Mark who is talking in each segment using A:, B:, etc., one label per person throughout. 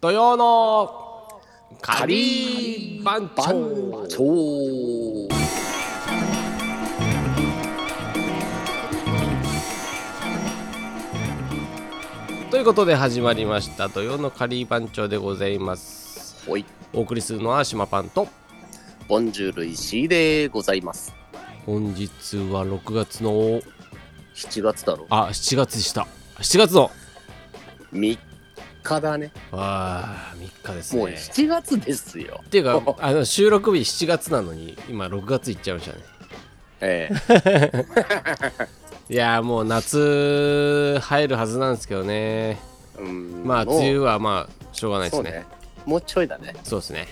A: 土曜のカリー番
B: 番
A: 長
B: 長
A: ということで始まりました土曜のカリー番長でございます
B: おい
A: お送りするのは島パンと
B: ボンジュール石井でございます
A: 本日は6月の
B: 7月だろ
A: あ7月でした7月の
B: 3日だね
A: あ3日です
B: もう
A: ね
B: 7月ですよ
A: っていうかあの収録日7月なのに今6月行っちゃいましたね
B: ええ
A: いやーもう夏入るはずなんですけどね
B: うん
A: まあ
B: もう
A: 梅雨はまあしょうがないで
B: そ
A: すね
B: うねもうちょいだね
A: そうですね、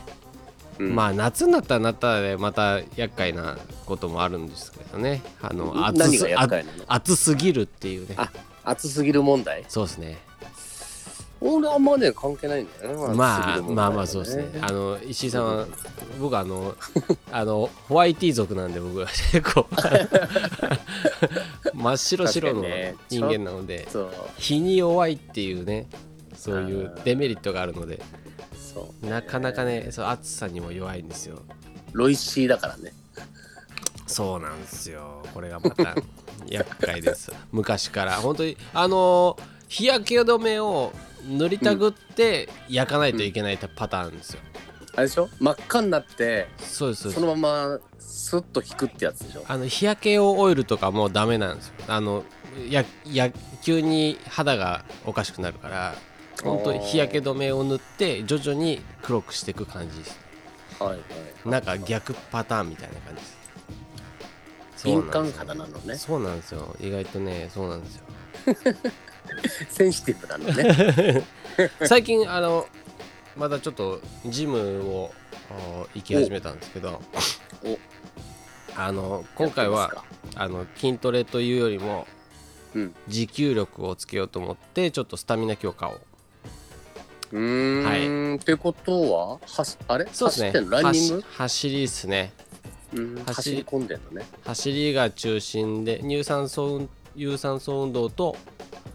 B: うん
A: まあ夏になったらなったでまた厄介なこともあるんですけどねあの暑
B: 何
A: す
B: が厄介なの
A: あ暑すぎるっていうね
B: あ暑すぎる問題
A: そうですね
B: 俺はあんまね関係ないんだよね
A: まあ
B: 暑すぎる問題はね
A: まあまあそうですねあの石井さんは僕あの あのホワイティ族なんで 僕は結構真っ白白の
B: 確かにね
A: 人間なので、
B: そう
A: 日に弱いっていうねそういう
B: あー
A: デメリットがあるので
B: そう
A: なかなかねそう暑さにも弱いんですよ
B: ロイシーだからね
A: そうなんですよこれがまた厄介です昔から本当にあのー日焼け止めを塗りたぐって焼かないといけないってパターンですよ、
B: あれでしょ真っ赤になって
A: そうですそうです
B: そのままスッと引くってやつでしょ
A: あの日焼け用オイルとかもうダメなんですよあのやや急に肌がおかしくなるから本当に日焼け止めを塗って徐々に黒くしていく感じです
B: はいはい
A: なんか逆パターンみたいな感じです
B: 敏感肌なのね
A: そうなんですよ意外とねそうなんですよ
B: センシティブなのね
A: 最近あのまたちょっとジムをあー行き始めたんですけど
B: おお
A: あの 今回
B: やって
A: は
B: ま
A: あの筋トレというよりも
B: うん
A: 持久力をつけようと思ってちょっとスタミナ強化を
B: うーん、ってことははしあれ
A: そうですね
B: 走ってんのランニン
A: は
B: グ
A: し走りですね
B: うん
A: 走
B: 走り込んでんのね
A: 走りが中心で乳酸素運有酸素運動と、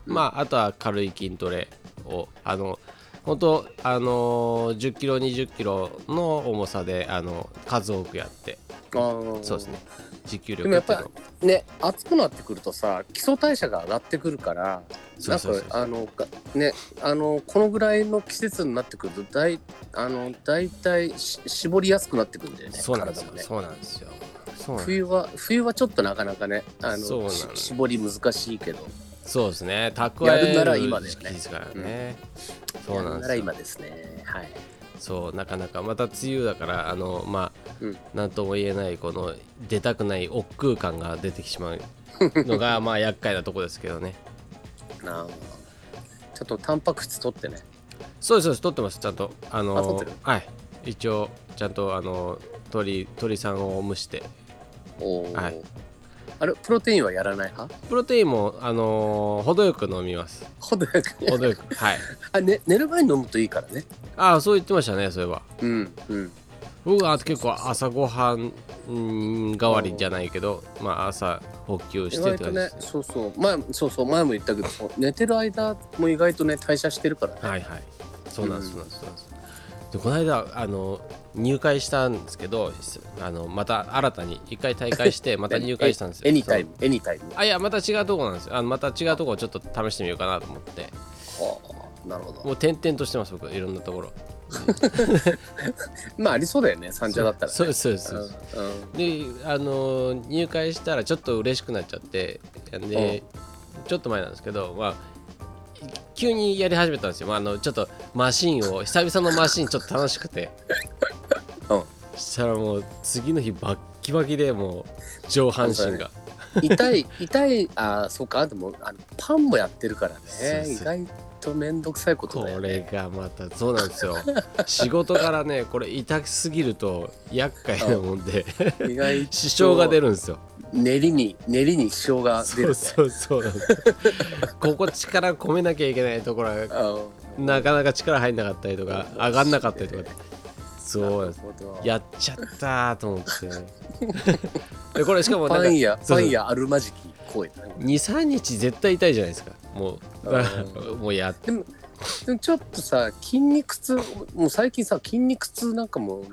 B: うん
A: まあ、あとは軽い筋トレをあの本当あのー10キロ20キロの重さであの数多くやって
B: あー
A: そうですね持久
B: でも
A: 力
B: や
A: っ
B: って
A: いう
B: ぱ
A: の
B: ね暑くなってくるとさ基礎代謝が上がってくるから
A: そ
B: な
A: うん
B: か
A: そうそう
B: あのがねあのこのぐらいの季節になってくるとだいあのだいたいし絞りやすくなってくるんだよね
A: そうなんです
B: 体
A: よ、
B: もね
A: そうなんですよそうなん
B: 冬は冬はちょっとなかなかねあ
A: そうな
B: の
A: の
B: し絞り難しいけど
A: そうですね蓄
B: やるなら
A: え
B: 今
A: る
B: だよ
A: 時
B: ね
A: 期ですからね、そうなん
B: やる
A: で
B: な
A: す
B: ら
A: よ
B: 今ですねはい
A: そうなかなかまた梅雨だからあのまあ、
B: うん
A: なんとも言えないこの出たくない億劫感が出てきてしまうの がまあ厄介なとこですけどね
B: なあちょっとタンパク質取ってね
A: そうですそうです撮ってますちゃんとあの
B: あ撮ってる
A: はい一応ちゃんとあの鳥鳥さんを蒸して
B: おー
A: はい
B: あれプロテインはやらない派
A: プロテインもあの程よく飲みます
B: 程よく
A: 程よ くはい
B: あ、ね、寝る前に飲むといいからね
A: ああそう言ってましたねそういえば
B: うんうん
A: 僕は結構朝ごはんうん代わりじゃないけどまあ朝補給
B: 意
A: してっ
B: 外
A: て
B: と
A: 感じで
B: ね
A: す、ね
B: そうそう前そうそう前も言ったけどそう寝てる間も意外とね代謝してるからね
A: はいはいそうなんですそううなんですそうなんですでこの間あの入会したんですけどすあのまた新たに一回大会して また入会したんですよ
B: エニタイムエニタイム
A: そうあいやまた違うとこなんですよあのまた違うとこをちょっと試してみようかなと思って
B: あなるほど
A: もう転々としてます僕いろんなところ
B: まあありそうだよね三茶だったらね
A: そうですそうですそうです
B: うんうん
A: であの入会したらちょっと嬉しくなっちゃってでちょっと前なんですけど、まあ、急にやり始めたんですよ、まあ、あのちょっとマシンを久々のマシンちょっと楽しくて、
B: うん
A: したらもう次の日バッキバキでもう上半身が、
B: 痛い痛いあそうかでもあのパンもやってるから
A: そう
B: ね
A: そう
B: 意外と面倒くさいこと
A: こ
B: だよね
A: れがまたそうなん ですよ仕事からねこれ痛すぎると厄介なもん で
B: 意外と
A: 支障が出るんですよ
B: 練りに練りに支障が出る
A: そ
B: ね
A: うそうそうなんですよここ力込めなきゃいけないところが
B: あ
A: なかなか力入んなかったりとか上がんなかったりとかそうなんです
B: や
A: やっちゃったーと思って でこれしかもな
B: パ
A: んか
B: ン屋
A: そう
B: パ
A: そう
B: ン屋あるまじき声だね
A: 23日絶対痛いじゃないですかもうだから
B: う
A: もうやっ
B: でもでもちょっとさ筋肉痛もう最近さ筋肉痛なんかもう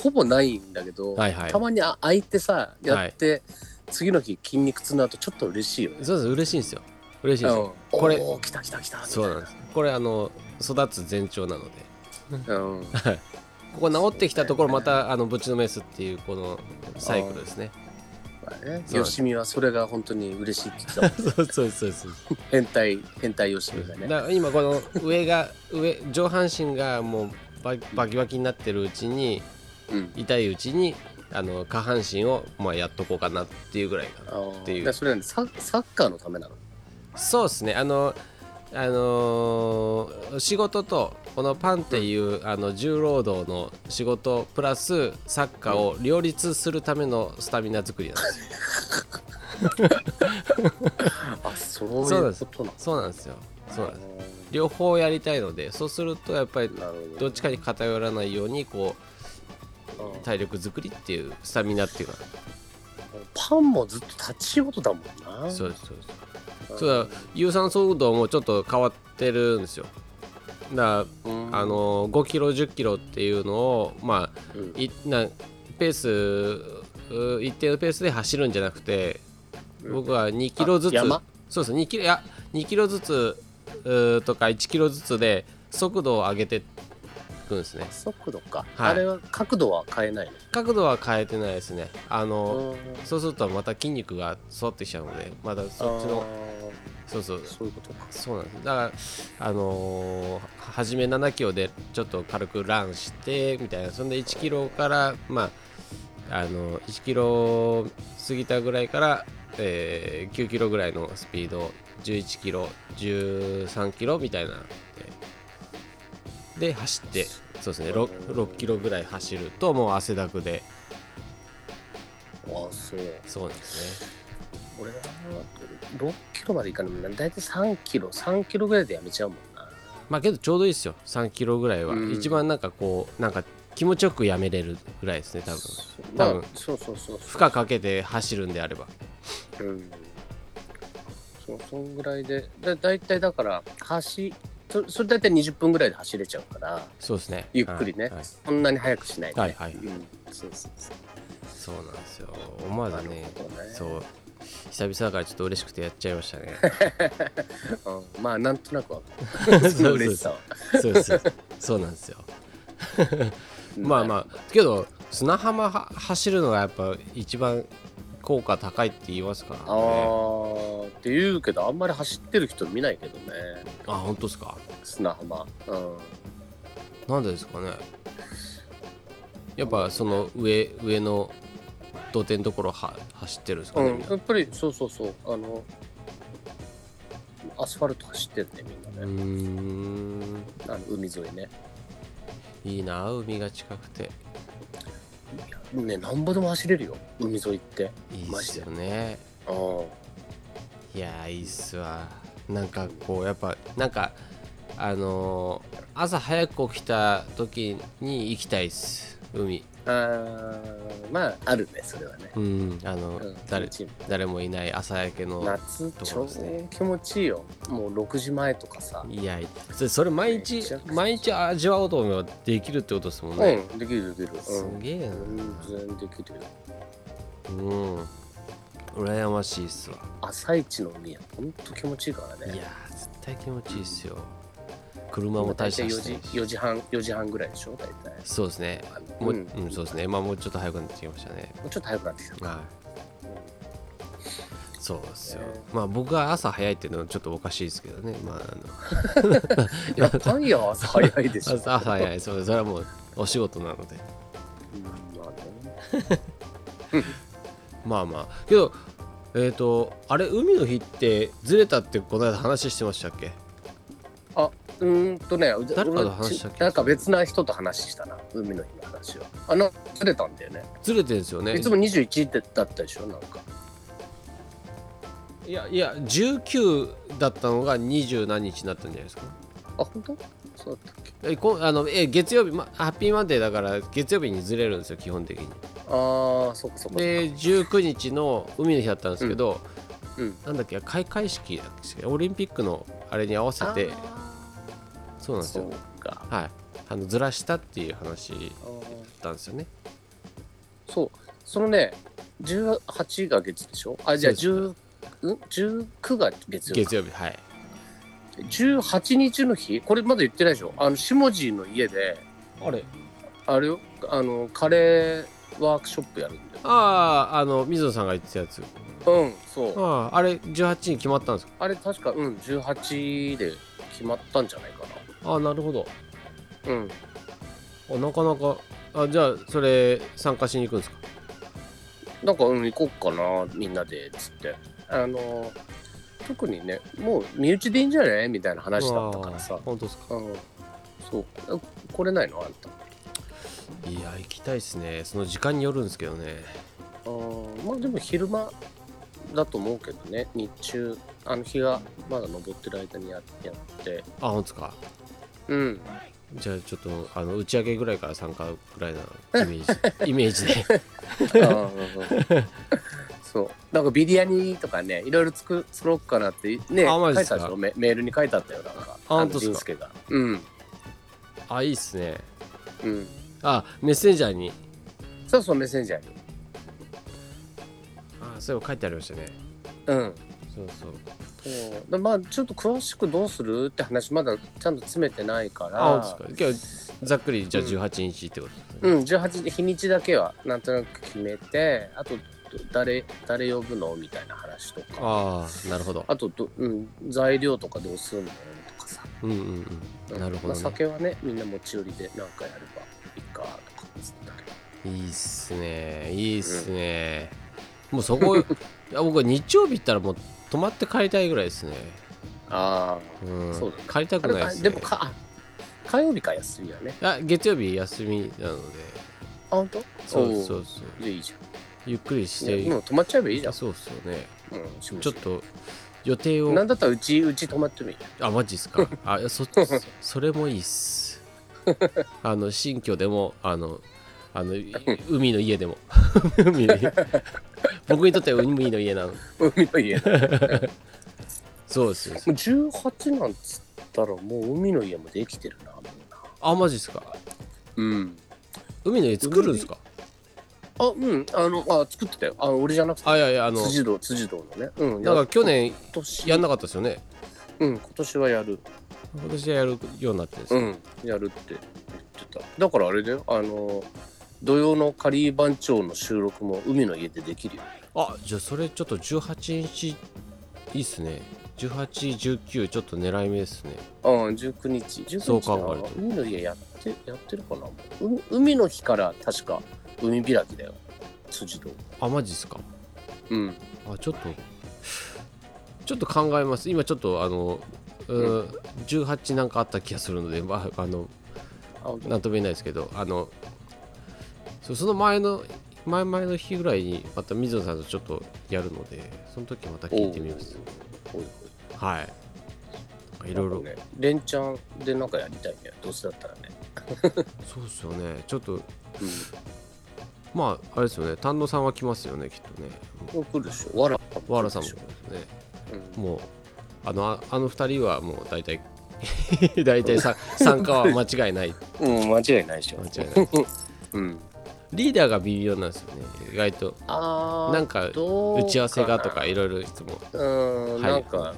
B: ほぼないんだけど、
A: はいはい
B: たまにあ空いてさやって、次の日筋肉痛の後ちょっと嬉しいよね。
A: そうです嬉しいんですよ嬉しいんですよ
B: うん
A: これ
B: おー来た来た来たみたい
A: そうなんですこれあの育つ前兆なので
B: うん
A: ここ治ってきたところ
B: そ
A: ま
B: うだよ
A: たあのぶちのめすっていうこのサイクルですね
B: まあね、
A: そう
B: よしみはそれが本当に嬉しいって言ってたもん
A: そうそうそうそう
B: 変態変態よしみがね。
A: だから今この上が上上半身がもうバキバキバキになってるうちに
B: うん
A: 痛いうちにあの下半身をまあやっとこうかなっていうぐらいかな
B: あー
A: っていう
B: だからそれなんでササッカーのためなの
A: そうですねあのあのー仕事とこのパンっていう、あの重労働の仕事プラスサッカーを両立するためのスタミナ作りなん ですよ、
B: あそう
A: そう
B: い
A: なん
B: う
A: です
B: ことなの
A: そうなんですよそうなんです
B: あー
A: 両方やりたいのでそうするとやっぱり
B: なるほど
A: どっちかに偏らないようにこ
B: うん
A: う体力作りっていうスタミナっていうか
B: パンもずっと立ち仕事だもんな。
A: そうですそうです
B: うん
A: そうだ有酸素運動もちょっと変わってるんですよだから
B: うん
A: あの5キロ1 0キロっていうのをまあ
B: うん
A: いなペースう一定のペースで走るんじゃなくて僕は2キロずつ
B: あ山
A: そうです2キロいや2キロずつうーとか1キロずつで速度を上げていくんですね
B: 速度か、
A: はい
B: あれは角度は変えない
A: 角度は変えてないですねあの
B: の。うん
A: そうするとまた筋肉が育ってきちゃうのでまだそっち
B: あ
A: の
B: ー
A: そうそう
B: そういうことか。
A: そうなんですだからあのー初め7キロでちょっと軽くランしてみたいなそんで1キロからまああの1キロ過ぎたぐらいから、えー9キロぐらいのスピード11キロ13キロみたいなでで走ってそうですね 6, 6キロぐらい走るともう汗だくで
B: ああそう。
A: そうなんですね
B: 俺は6キロまでいかないもんな。大体3キロ3キロぐらいでやめちゃうもんな。
A: まあけどちょうどいいですよ3キロぐらいは、
B: うん
A: 一番なんかこうなんか気持ちよくやめれるぐらいですね多分
B: まあ
A: 多分
B: そうそうそう
A: 負荷かけて走るんであれば
B: そう。うん。そうそんぐらいでだ大体だから走そそれ大体20分ぐらいで走れちゃうから
A: そうですね
B: ゆっくりね
A: はいはい
B: そんなに速くしないで、
A: はいはい
B: うん、そうそうそう
A: そうなんですよ思わずね
B: なるほどね
A: そう久々だからちょっと嬉しくてやっちゃいましたね
B: うんまあなんとなくわかるその嬉しさは
A: そうですそうなんですよまあ
B: あ
A: まあけど砂浜は走るのがやっぱ一番効果高いって言いますから
B: あ
A: ね
B: ーって言うけどあんまり走ってる人見ないけどね
A: あ本当ですか
B: 砂浜うん
A: なんでですかねやっぱその上上の土手のところは走ってるんですかね、
B: うん、
A: みん
B: や
A: な
B: っぱりそうそうそうあのアスファルト走ってるねみん
A: う
B: な
A: ー
B: ね、
A: ん
B: あの海沿いね
A: いいな海が近くて
B: ねなんぼでも走れるよ海沿いって
A: いいっすよね
B: ああ
A: いやーいいっすわなんかこうやっぱなんかあのー朝早く起きた時に行きたいっす海
B: あーまああるねそれはね、
A: うんあの、
B: うん、
A: 誰
B: 気持ちいい
A: 誰もいない朝焼けの
B: 夏
A: ところ
B: 超
A: ですね
B: 気持ちいいよもう6時前とかさ
A: いやそれそれ毎日
B: めちゃくちゃ
A: 毎日味わおうと思えばできるってことですもんね、
B: うんできるできる、
A: す
B: うん、
A: げえな
B: 全然できるよ
A: うん羨ましいっすわ
B: 朝一の海はほんと気持ちいいから
A: い
B: ね
A: やー絶対気持ちいいっすよ車も大した
B: 4
A: して
B: 時
A: ないし
B: 4時半4時半ぐらいでしょ大体
A: そうですね
B: あの
A: もう、
B: うん
A: うん、そうですねまあもうちょっと早くなってきましたね
B: もうちょっと早くなってきたか
A: はい。そうですよ
B: ね。
A: まあ僕が朝早いっていうのはちょっとおかしいですけどね。まああ
B: いやパン屋は朝早いでし
A: の
B: ょ
A: 朝朝早いそうそれはもうお仕事なので。
B: うんまあね
A: まあまあけどえっ、とあれ海の日ってずれたってこの間話してましたっけ？
B: あうーんとね
A: 誰かと
B: 俺
A: 話したっけ
B: なんか別な人と話したな海の日の話はあなんかずれたんだよね
A: ずれてるんですよね。
B: いつも21だったでしょなんか
A: いやいや19だったのが20何日になったんじゃないですか。
B: あ本当そうだったっけ
A: えこあのえ月曜日、ま、ハッピーマンデーだから月曜日にずれるんですよ基本的に。
B: ああそっかそっか
A: で19日の海の日だったんですけど、
B: うんうん
A: なんだっけ開会式だっけオリンピックのあれに合わせて
B: あ
A: そうなんですよ
B: そうか
A: はいあのずらしたっていう話だ
B: あー
A: ったんですよね
B: そうそのね18が月でしょあじゃあ
A: そう
B: 10ん19が月曜日
A: 月曜日はい
B: 18日の日これまだ言ってないでしょあの下地の家で
A: あれ
B: あれよあのカレーワークショップやるんだよ
A: あああの水野さんが言ってたやつ
B: うんそう
A: あああれ18に決まったんですか
B: あれ確かうん18で決まったんじゃないか
A: ああなるほど
B: なうん
A: あなかなかあじゃあそれ参加しに行くんですか
B: なんか、うん、行こっかな、みんなで、つって。あの、特にね、もう身内でいいんじゃないみたいな話だったから
A: あ
B: さ
A: ー。本当ですか
B: うん。そう。あ来れないのあんた。
A: いや行きたいですねその時間によるんですけどね
B: うん。まあでも昼間だと思うけどね、日中、あの日がまだ昇ってる間にややって。
A: あ本当ですか
B: うん。
A: じゃあちょっとあの打ち上げぐらいから参加ぐらいなイメー ジイメージで
B: あー そう。なんかビリヤニとかね、いろいろつく作ろうかなって、ね、
A: あ
B: 書
A: マ
B: い
A: ジ
B: て
A: で
B: た
A: すか
B: でしょメメールに書いてあったよ、なんか。
A: あ本当っすか
B: あの俊介が。うん。
A: あいいっすね
B: うん。
A: あメッセンジャーに
B: そうそう、メッセンジャーに。
A: あそういえば書いてありましたね
B: うん。
A: そうそう
B: そうでまあちょっと詳しくどうするって話まだちゃんと詰めてないから
A: あ本当ですか今日ざっくりじゃあ18日ってことですね、
B: うん18日日にちだけはなんとなく決めてあとど誰誰呼ぶのみたいな話とか
A: ああなるほど
B: あとど、うん、材料とかどうするのとかさ、
A: うんうん
B: う
A: うんんなるほど、ね
B: まあ、酒はねみんな持ち寄りで何かやればいいかとかっつったけど
A: いいっすねいいっすね、もうそこいや僕は日曜日行ったらもう泊まって帰りたいぐらいですね
B: あ
A: うん
B: そうだね
A: 帰りた
B: あ
A: く
B: れ
A: ないで
B: か
A: すね
B: でもかあ火曜日か休みだね
A: あ月曜日休みなので
B: あ本当
A: そう
B: おう
A: そうそう
B: じゃあいいじ
A: ゆっくりし
B: ゃん
A: て
B: いやもう泊まっちゃえばいいじゃん、
A: そうっすよね
B: うん、しもし
A: ちょっと予定を
B: なんだったらうちうち泊まってもいい
A: あマジっすかあいやそそれもいいっ すあの新居でもあのあ のい海の家でも海の家僕にとっては海の家なの
B: 海の家だ
A: そうですよ
B: もう18なんつったらもう海の家もできてるなも
A: あマジっすか
B: うなうん
A: 海の家作るんですか
B: あうんあのあ作ってたよあ俺じゃなくて
A: あいやいやあの
B: 辻堂辻堂のねうん
A: なん
B: や
A: か去年
B: 今年
A: やんなかったですよね
B: うん今年はやる
A: 今年やるようになってるんです
B: う
A: よ、
B: んやるって言ってただからあれだよあの土曜のカリー番長の収録も海の家でできるよ
A: あじゃあそれちょっと18日いいっすね1819ちょっと狙い目ですね
B: うん19日19日
A: そう考えると
B: 海の家やってやってるかなもう海海の日から確か海開きだよ辻堂
A: あマジっすか
B: うん
A: あちょっとちょっと考えます今ちょっとあのうー18なんかあった気がするので、まあ、あの
B: あ本当
A: なんとも言えないですけどあのそその前の前々の日ぐらいにまた水野さんとちょっとやるのでその時また聞いてみます
B: おうおい
A: はいなんかいろいろ
B: なんかね連チャンでなんかやりたいねどうせだったらね、
A: そうっすよねちょっとまああれですよね丹野さんは来ますよねきっとね
B: うん、来るでしょわら
A: 和原さんも
B: 来
A: 来
B: る
A: ますね
B: でしょ、
A: もうあのああの二人はもう大体 大体さ参加は間違いない
B: うんうん、間違いないでしょ
A: 間違いない
B: うん
A: リーダーが微妙なんですよね意外と
B: あー
A: なんか
B: どうか
A: 打
B: な
A: ち合わせがとかいろいろいつも
B: うん
A: 入
B: な
A: る
B: んか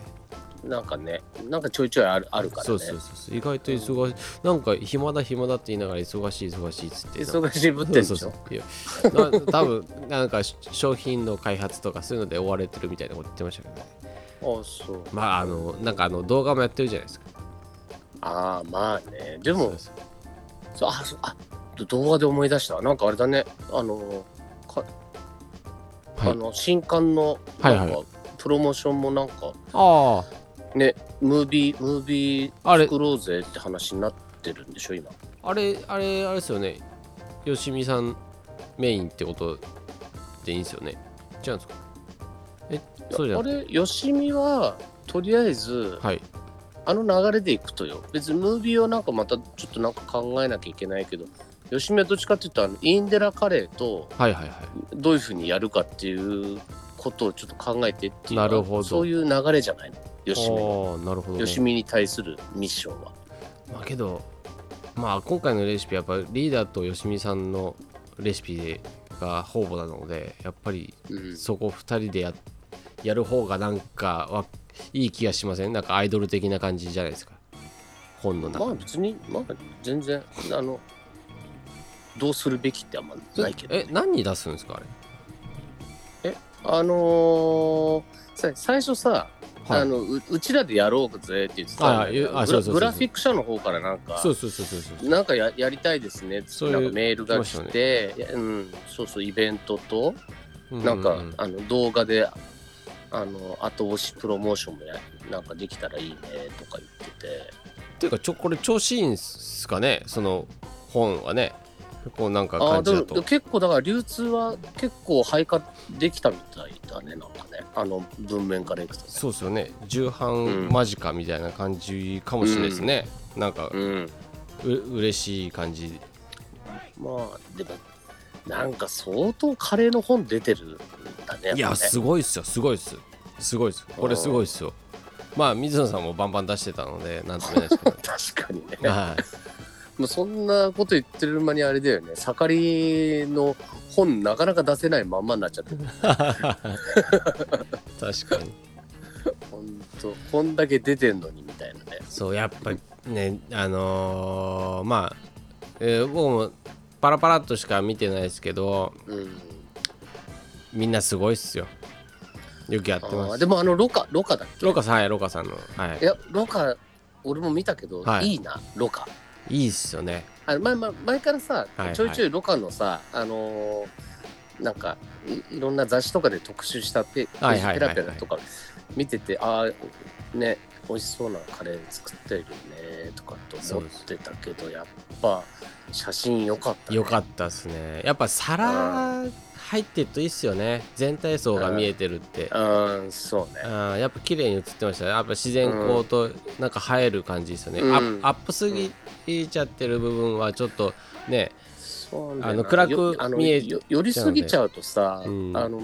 B: なんかねなんかちょいちょいあるあるからね
A: そうそうそうそう意外と忙しいなんか暇だ暇だって言いながら忙しい忙しいっつって
B: 忙しいぶってんでしょ
A: そうそうそういやな多分なんかし商品の開発とかそういうので追われてるみたいなこと言ってましたけどね
B: あそう
A: まああのなんかあの動画もやってるじゃないですか
B: ああまあねでも
A: そうそう
B: そうあそうあ動画で思い出したなんかあれだねあのか、
A: はい
B: あの新刊のなんか、
A: はいは
B: プロモーションもなんか
A: あ
B: ね、ムービー、ムービ
A: あ
B: ー
A: れ
B: 作ろうぜって話になってるんでしょ、今。
A: ああれあれあれですよねよしみさんメインってことでいいんですよね違うんですかえそうじゃ
B: あ
A: なくて
B: れ、よしみは、とりあえず、
A: はい
B: あの流れでいくとよ。別にムービーをなんかまたちょっとなんか考えなきゃいけないけど、よしみはどっちかっていうと、あのインデラカレーと
A: はいはいはい
B: どういうふうにやるかっていうことをちょっと考えてっていう、
A: なるほど
B: そういう流れじゃないの、よしみの。
A: ああなるほど、ね、
B: よしみに対するミッションは。
A: まあけどまあ今回のレシピはやっぱリーダーとよしみさんのレシピがほぼなのでやっぱり
B: うん
A: そこ2人でややる方がなんかはいい気がしませんなんかアイドル的な感じじゃないですか本の
B: ま
A: 中
B: あ
A: で
B: 別にまあ全然あのどうするべきってあんまないけど
A: え何に出すんですかあれ
B: あのーさ最初さ、
A: はい
B: あのううちらでやろうぜって言ってたんだけど
A: あああ
B: グ
A: そうそうそう
B: ラ
A: そう
B: グラフィック社の方からなんか
A: そうそうそうそうそう
B: なんかややりたいですねっつ
A: そ
B: っ
A: うい
B: て
A: う
B: なんかメールが
A: 来
B: 来
A: まして
B: いやうん、そうそうイベントと
A: う
B: なんか、
A: うう
B: あの動画であの後押しプロモーションもやなんかできたらいいねとか言ってて
A: っていうかちょこれ調子いいんすかねその本はねこうなんか
B: ああ
A: 感
B: で
A: じ
B: も
A: だ
B: でも
A: と
B: 結構だから流通は結構配下できたみたいだねなんかねあの文面からいくとね
A: そうですよね重
B: うん
A: 版間近みたいな感じかもしれないですね、なんか
B: うん
A: う嬉しい感じ
B: まあでもなんか相当カレーの本出てるんだね
A: い
B: や
A: や
B: っぱね
A: すごいっすよすごいっすすごいっすこれすごいっすよまあ水野さんもバンバン出してたのでなんとも言えないです け
B: 確かにね
A: どはい
B: もうそんなこと言ってる間にあれだよね盛りの本なかなか出せないまんまになっちゃってる
A: 確かに
B: ほんとこんだけ出てんのにみたいなね
A: そうやっぱりねあのーまあ、えー僕もパラパラっとしか見てないですけど
B: うん
A: みんなすごいっすよよくやって
B: あ
A: ま
B: ー
A: す
B: でもあのロカロカだっけ
A: ロカさんはいロカさんのはい
B: やロカ俺も見たけど、、
A: はいい
B: いなロカ
A: いいいっすよね
B: あの前前前からさ、
A: いはい
B: ちょいちょいロカのさあのーなんかいいろんな雑誌とかで特集したペペ
A: は
B: ー
A: い
B: ジ
A: はい
B: ペ
A: はいは
B: ラ
A: い
B: ペラとか見てて、ああね美味しそうなカレー作ってるねとかと思ってたけどやっぱ写真良かった、ね、
A: よかったっすねやっぱ皿入ってるといいっすよね全体像が見えてるって
B: うんそうね
A: あーやっぱ綺麗に映ってましたねやっぱ自然光となんか映える感じですよね、
B: うん
A: アップアップすぎちゃってる部分はちょっとね
B: そうね
A: あの暗く
B: よあの
A: 見え
B: よ寄りすぎちゃうとさ、
A: うん
B: あの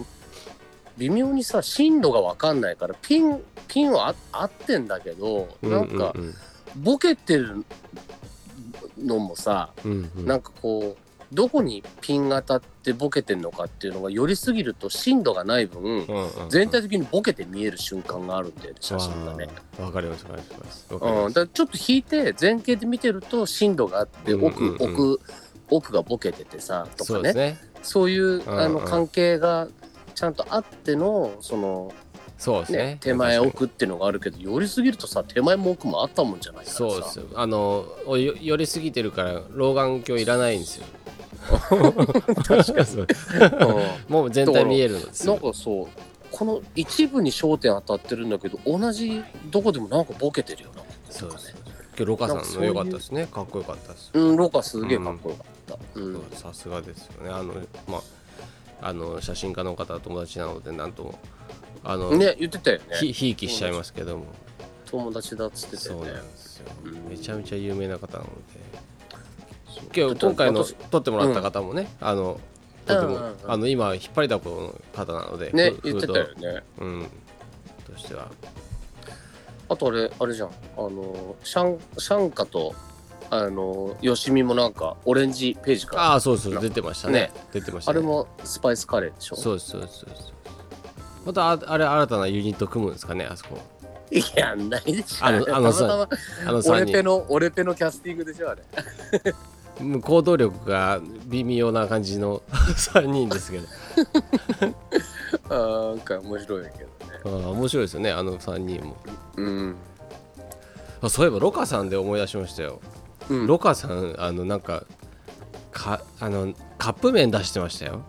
B: 微妙にさ進路が分かんないからピンピンはあ合ってんだけどなんか、
A: うんうん
B: ボケてるのもさ、
A: うんうん
B: なんかこうどこにピンが当たってボケてんのかっていうのが寄りすぎると深度がない分
A: うんうんうん
B: 全体的にボケて見える瞬間があるんだよね写真がね。
A: あーわかりますわかりますわかり
B: う
A: ま
B: ん、
A: す
B: だからちょっと引いて前傾で見てると深度があって奥、
A: うんうんうん
B: 奥奥がボケててさと
A: そ
B: か
A: う
B: ね
A: です
B: そう
A: ね
B: いうあ
A: う
B: の
A: んうん
B: 関係がちゃんとあってのその、
A: そうです
B: ね
A: ね
B: 手前
A: 確かに
B: 奥っていうのがあるけど寄りすぎるとさ手前も奥もあったもんじゃないからさ
A: そうですよあのおよ寄りすぎてるから老眼鏡いらないんです よ確かに
B: うん
A: もう全体見えるんです
B: なん
A: よ
B: かそうこの一部に焦点当たってるんだけど同じどこでもなんかボケてるよな
A: そうです
B: なんかね
A: 今日ロカさんの良かったですねかっこよかったです
B: うんロカすげえかっこよかった、うん
A: さすがですよねあのまああの写真家の方は友達なのでなんともあの、
B: ね言ってたよ
A: ひ
B: ね
A: ひいきしちゃいますけども
B: 友達だっつってた
A: そ
B: よ
A: う
B: ね
A: なんですよ
B: うん
A: めちゃめちゃ有名な方なの
B: そう
A: で今日今回の
B: ちょっ
A: 撮ってもらった方もね、あのとても、
B: うんうんうん
A: あの今引っ張りだこの方なので
B: とね
A: フ
B: 言ってたよね
A: フードうんとしては
B: あとあれあれじゃんあのシャンシャンカとあのよしみもなんかオレンジページからあ
A: ああそうそう出てましたね
B: ね
A: 出てました、ね、
B: れもスパイスカレーでしょ
A: そうですそうですそうですまたああれ新たなユニット組むんですかねあそ こ
B: いやないでしょ
A: あのあの
B: たまたま
A: あの
B: オ
A: 3
B: レペ
A: 人
B: のオレペのキャスティングでしょあれ
A: うん行動力が微妙な感じの 3人です けど
B: あーなんか面白いけどね
A: あー面白いですよねあの3人も
B: うん
A: あそういえばロカさんで思い出しましたよ、
B: うん
A: ロカさんあのなんかかあのカップ麺出してましたよ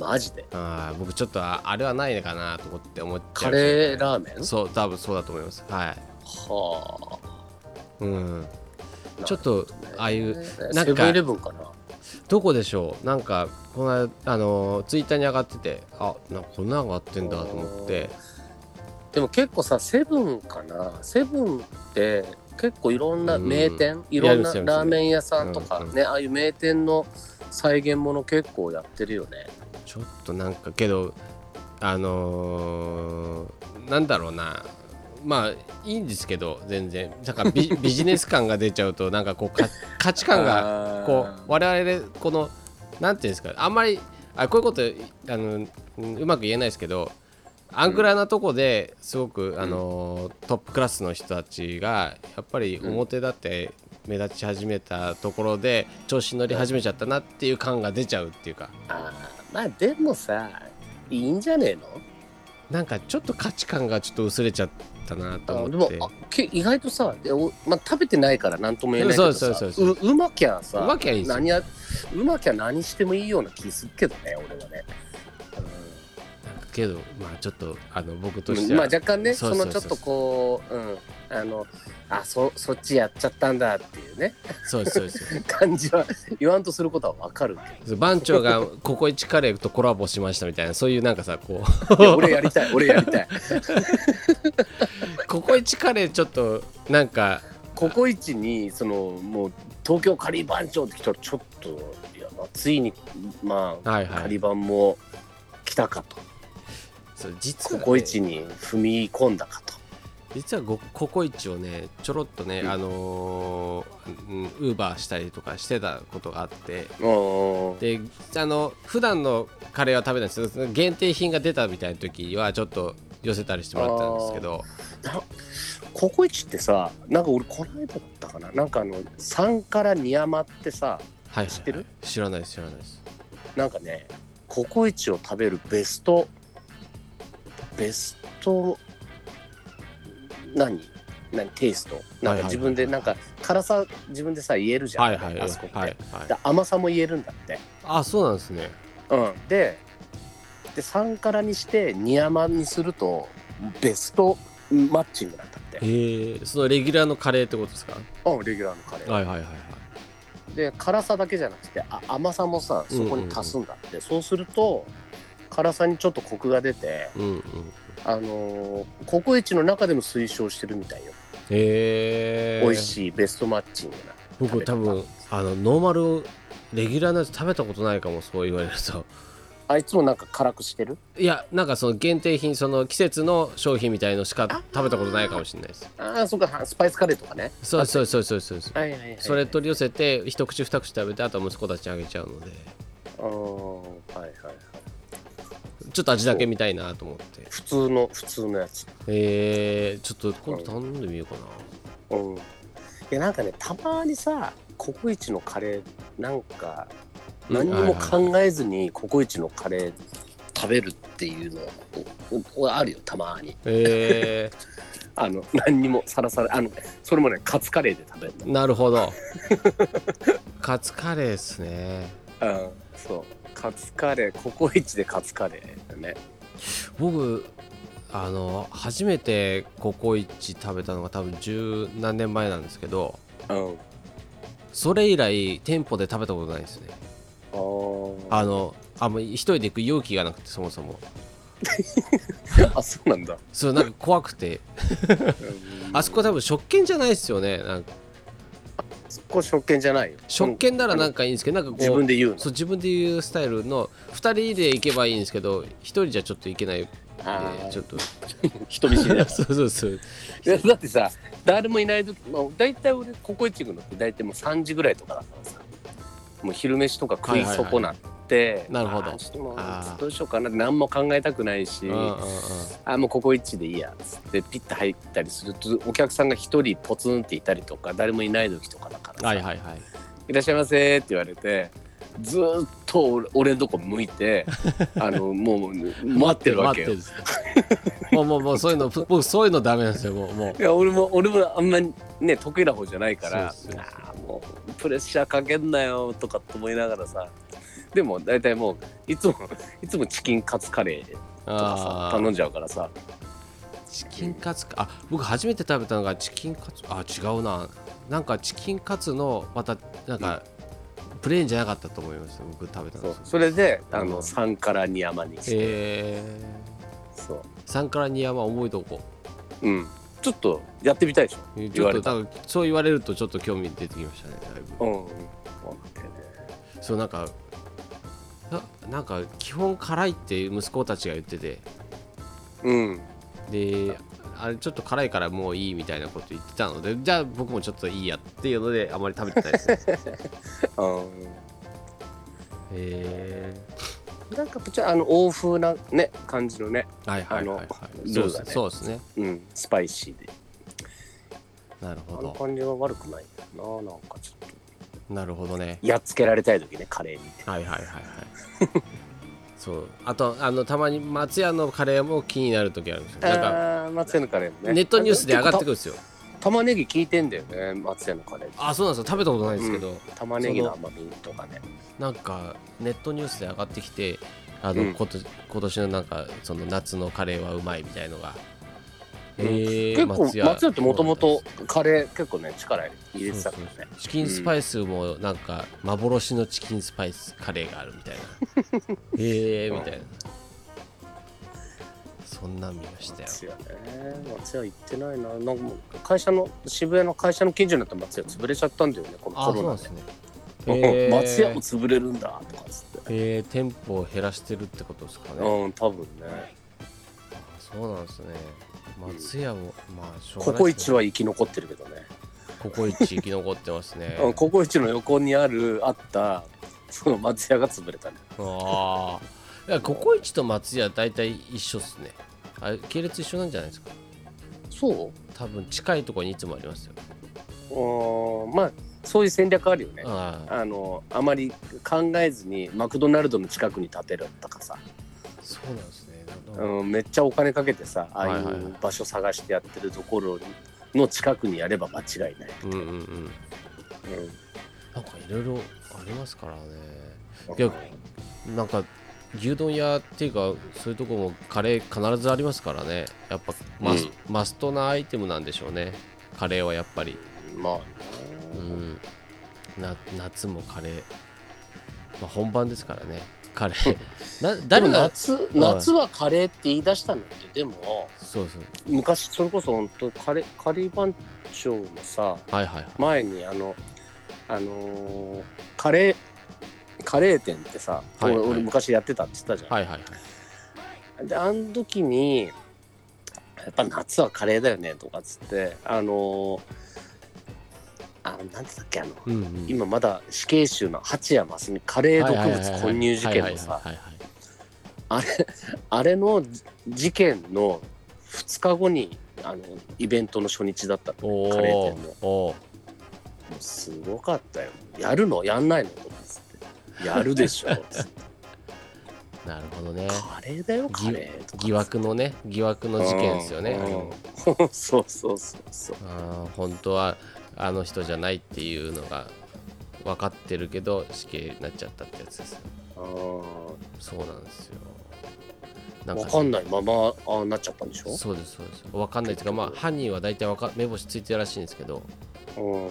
B: マジで
A: あー僕ちょっとああれはないのかなと思って思って
B: カレーラーメン
A: そう多分そうだと思いますはい
B: は
A: うん
B: あ
A: ちょっとああいうなん
B: セブンイレ
A: か
B: ブンかな
A: どこでしょうなんかこの間あのツイッターに上がっててあなんかこんなの上がってんだと思って
B: でも結構さセブンかなセブンって結構いろんな
A: うん
B: 名店、いろんな
A: やりますやります
B: ラーメン屋さんとかね、
A: うん
B: ああいう名店の再現もの結構やってるよね
A: ちょっとなんかけどあのーなんだろうなまあいいんですけど全然なんかビビジネス感が出ちゃうとなんかこうか価値観がこう我々このなんていうんですかあんまりあこういうことあのうんうまく言えないですけどアンクラなとこですごく、あのトップクラスの人たちがやっぱり表立って目立ち始めたところで調子に乗り始めちゃったなっていう感が出ちゃうっていうか
B: あーまあでもさいいんじゃねえの
A: なんかちょっと価値観がちょっと薄れちゃったなと
B: あで
A: 思っ
B: も
A: て
B: あけ意外とさでお、まあ、食べてないから何とも言えないけどさ
A: そうそうそう
B: ううまきゃさ
A: うまきゃいいですよ
B: 何やうまきゃ何してもいいような気するけどね俺はね。
A: なんかけどまあちょっとあの僕
B: う
A: とし
B: ん
A: て
B: ま
A: は、
B: あ、若干ね
A: そ
B: そう
A: そう
B: の
A: そう
B: ち
A: そ
B: ょ
A: う
B: っとこう、うん、あのあそそっちやっちゃったんだっていうね
A: そうですそうです
B: 感じは言わんとすることはわかるけ
A: そう番長が「ココイチカレーとコラボしました」みたいなそういうなんかさこう
B: どい や俺やりたい俺やりたい
A: 「ココイチカレーちょっとなんか
B: ココイチにそのもう東京カリバン町って来たらちょっといや、まあ、ついにまあ、
A: はいはい
B: カリバンも来たかと。
A: そう実
B: コ
A: は、ね、
B: コイチに踏み込んだかと。
A: 実はごココイチをねちょろっとね、
B: うん
A: あのーうんウーバーしたりとかしてたことがあって
B: うん
A: であの普段のカレーは食べないんですけど限定品が出たみたいな時はちょっと寄せたりしてもらったんですけど
B: ココイチってさなんか俺この間だったかななんかあの3から2余ってさ
A: はいはいはい、
B: 知ってる
A: 知らないです知らないです
B: なんかねココイチを食べるベストベスト何何テイストなん
A: はいはいはい
B: か自分でなんか辛さ自分でさ言えるじゃん、
A: はいはいは
B: あ
A: い
B: そこって、
A: はいはい
B: で甘さも言えるんだって、
A: あそうなんですね
B: うん、でで3からにして2甘にするとベストマッチングなんだって
A: えー、そのレギュラーのカレーってことですか
B: うん、レギュラーのカレー、
A: はいはいはいはい
B: で辛さだけじゃなくてあ甘さもさそこに足すんだって、そうすると辛さにちょっとコクが出て
A: うんうん
B: あのーココイチの中でも推奨してるみたいよ、
A: へえー、
B: 美味しいベストマッチングな
A: 僕多分あのノーマルをレギュラーのやつ食べたことないかもそう言われると
B: あいつもなんか辛くしてる
A: いやなんかその限定品その季節の商品みたいのしか食べたことないかもしれないです
B: ああそうかはスパイスカレーとかね
A: そうそうそうそうそう
B: はいはいはいはい
A: それ取り寄せて一口二口食べてあとは息子たちにあげちゃうので
B: うんはいはいはい
A: ちょっと味だけ見たいなと思って
B: 普通の普通のやつ
A: えー、ちょっと今度頼んでみようかな
B: うんいやなんかねたまにさココイチのカレーなんか何にも
A: うんはいはい
B: 考えずにココイチのカレー食べるっていうのおおおあるよたまに
A: え
B: あの何にもさらさらあのそれもねカツカレーで食べる
A: ー、なるほどカツカレーですね
B: の、うん、そうカツカレーココイチでカツカレーだね
A: 僕あの初めてココイチ食べたのが多分十何年前なんですけど
B: うん
A: それ以来店舗で食べたことないですね
B: あー
A: あのあもう一人で行く勇気がなくてそもそも
B: あそうなんだ、
A: そうなんか怖くて
B: うん
A: あそこ多分食券じゃないですよねなんか
B: あそこ食券じゃないよ
A: 食券ならなんかいいんですけどなんかこう
B: 自分で言うの
A: そう自分で言うスタイルの2人で行けばいいんですけど1人じゃちょっと行けないんで
B: あー
A: ちょっと
B: 人 見知りだ
A: そうそうそう
B: いやだってさ誰もいない時、まあ、大体俺ココイチ行くのって大体もう3時ぐらいとかだからさもう昼飯とか食い損なって、
A: はいはいはいなるほど
B: あーちょっともう
A: あー
B: どうしようかな何も考えたくないし
A: うんうんうん
B: あーもうココイチでいいやっつってピッて入ったりするとお客さんが一人ポツンっていたりとか誰もいない時とかだからさ
A: はいはいはい
B: いらっしゃいませ」って言われてずーっと俺俺のとこ向 いてあのもう待ってるわけよ。
A: 待ってるもうもうもうそういうの僕そういうのダメなんですよもうもう
B: いや俺も俺もあんまりね得意な方じゃないから
A: そうそう
B: あーもうプレッシャーかけんなよとかって思いながらさでも大体もういつも いつもチキンカツカレーとかさ
A: あー
B: 頼んじゃうからさ
A: チキンカツかあ僕初めて食べたのがチキンカツあ違うななんかチキンカツのまたなんか、プレーンじゃなかったと思いました僕食べたん
B: そ
A: で
B: う
A: す
B: それで
A: うん
B: あの3から2山にして、
A: え
B: そ
A: ー、3から2山重いとこ
B: ううんちょっとやってみたいでしょ
A: ち
B: 言
A: ょ
B: わ
A: っと
B: れた
A: なんかそう言われるとちょっと興味出てきましたねだいぶ
B: うんそうなんだよね
A: そうなんかななんか基本辛いって息子たちが言ってて
B: うん
A: であれちょっと辛いからもういいみたいなこと言ってたのでじゃあ僕もちょっといいやっていうのであまり食べてないです ね
B: う
A: へ
B: ん、なんかちょっとあの欧風なね感じのね、
A: えはいはいはいはい
B: あの
A: そう
B: ル
A: で
B: ー
A: す
B: が
A: ね
B: ね
A: そうですね
B: うん、スパイシーで
A: なるほ
B: あの
A: ど
B: 感じは悪くないんだよななんかちょっと
A: なるほどね
B: やっつけられたい時ねカレーに
A: はいはいはいはいそうあとあのたまに松屋のカレーも気になる時あるんですよなんか
B: あー松屋のカレーもね
A: ネットニュースで上がってくるんですよ
B: た玉ねぎ効いてんだよね松屋のカレーって
A: あそうなんですよ食べたことないんですけど、
B: 玉ねぎの甘みとかね
A: なんかネットニュースで上がってきてあの、
B: うん
A: こと今年のなんかその夏のカレーはうまいみたいのが、
B: うん
A: え
B: 結
A: ー
B: 構松屋ってもともと
A: そ
B: カレー結構ね力入
A: うなん
B: れて
A: です
B: た
A: そ
B: か
A: う
B: ら
A: そう
B: ね
A: チキンスパイスもなんか幻のチキンスパイスカレーがあるみ たいなええみたいなそんなん見ましたよ
B: 松屋ね松屋行ってないななんかもう会社の渋谷の会社の近所になった松屋潰れちゃったんだよねこの
A: あ
B: コ
A: そうな
B: ロ
A: んで
B: ナ
A: す
B: で
A: ね
B: うん 松屋
A: え
B: も
A: ー
B: 潰れるんだとかっつって
A: えー店舗を減らしてるってことですかね、
B: うん多分ね
A: そうなんですね松屋も、まあしょうが
B: コ
A: ない
B: コ
A: で
B: イ
A: す
B: チ
A: ね
B: は生き残ってるけどね
A: ココイチ生き残ってますね
B: うんココイチの横にあるあったその松屋が潰れたね
A: ああ。いや、ココイチと松屋大体一緒っすね。あれ系列一緒なんじゃないですか。
B: そう
A: 多分近いところにいつもありますよ。
B: おまあそういう戦略あるよね
A: ああ、
B: あのあまり考えずにマクドナルドの近くに建てるとかさ、
A: そうなんですね。なるほど
B: うん、めっちゃお金かけてさああい
A: はいはいは
B: う場所探してやってるところの近くにやれば間違いない、
A: うんうんうん。なんかいろいろありますからね。
B: うん
A: いやなんか牛丼屋っていうかそういうとこもカレー必ずありますからね。やっぱマス,、マストなアイテムなんでしょうね。カレーはやっぱり。
B: まあ、
A: うん、な夏もカレー、まあ、本番ですからねカレーな誰
B: でも
A: が
B: 夏夏はカレーって言い出したんだってでも
A: そうそう
B: 昔それこそ本当カレーカリー番長のさ
A: はいはいはい
B: 前にあのあのーカレーカレー店ってさ、
A: はいはい
B: 俺俺昔やってたって言ったじゃん、
A: はいはいはい
B: であの時にやっぱ夏はカレーだよねとかっつってあのーあのなんてだっけあの
A: うんうん
B: 今まだ死刑囚の蜂谷真澄カレー毒物混入事件のさ
A: はいはいはいはい
B: あれの事件の2日後にあのイベントの初日だったの
A: お
B: カレー店のも
A: ーお
B: うすごかったよやるのやんないのとかっつってやるでしょ つって
A: ーなるほどね
B: カレーだよカレーとかっつって
A: 疑惑のね疑惑の事件ですよね
B: うん
A: あの
B: うん そうそうそうそう
A: あー本当はあの人じゃないっていうのが分かってるけど死刑になっちゃったってやつですよ
B: うん
A: そうなんですよなん
B: わ
A: か
B: かんないままああなっちゃったんでしょ
A: そうですそうです分かんないですがまあ
B: 結局
A: 犯人は大体わか目星ついてるらしいんですけど
B: うん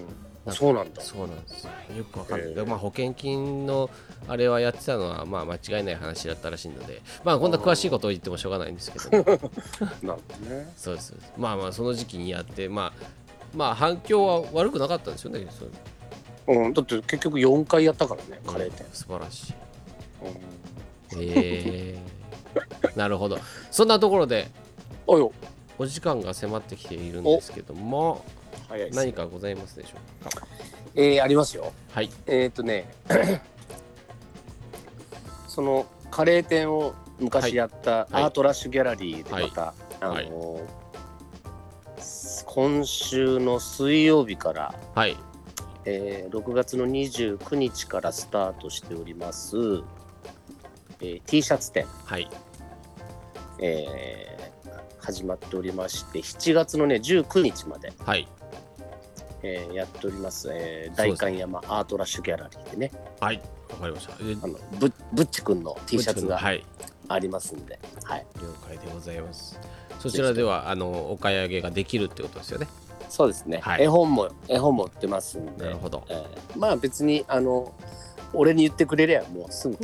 B: そうなんだ
A: そうなんですよよくわかんない、
B: へえ
A: でまあ保険金のあれはやってたのはまあ間違いない話だったらしいのでまあこんな詳しいことを言ってもしょうがないんですけど
B: なるほどね
A: そうですそうですまあまあその時期にやってまあまあ反響は悪くなかったんですよねそう
B: うんだって結局4回やったからねカレー店
A: 素晴らしい
B: うん
A: え ーなるほどそんなところで
B: あよ
A: お時間が迫ってきているんですけども
B: 早いです
A: 何かございますでしょうか
B: えーありますよ
A: はい
B: えっとね そのカレー店を昔やった
A: はい
B: アートラッシュギャラリーでまたあ
A: はい
B: のー今週の水曜日から
A: はい
B: えー6月の29日からスタートしております、えー T シャツ店、
A: はい
B: えー始まっておりまして7月の、ね、19日まで、
A: はい
B: えーやっております、えー
A: そうで
B: 代
A: すね
B: 官山アートラッシュギャラリーでね
A: はいわかりましたえ
B: あのぶぶっちくんの T シャツが
A: はい
B: ありますんで、はい、
A: 了解でございますそちらではあのお買い上げができるってことですよね
B: そうですね、
A: はい
B: 絵本も絵本も売ってますん
A: な
B: で
A: る、ほど
B: えーまあ別にあの俺に言ってくれりゃもうすぐ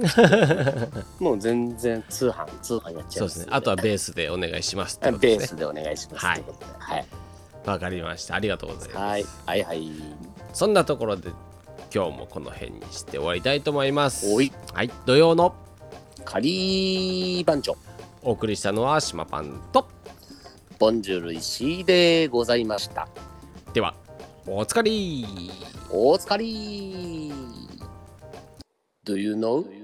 B: もう全然通販通販やっち
A: そう
B: ゃいま
A: ですす
B: ん
A: ねあとはベースでお願いしますって
B: あ
A: こと
B: ベ
A: で
B: ー
A: す
B: ス
A: ね
B: でお願いします。
A: はい
B: ということではい。
A: わかりましたありがとうございます、
B: はい。はいはい。
A: そんなところで今日もこの辺にして終わりたいと思います
B: おい
A: はい土曜の
B: 仮番長。
A: お送りしたのは島パンと
B: ボンジュール石井でございました。
A: ではお疲れ
B: お疲れ Do you know?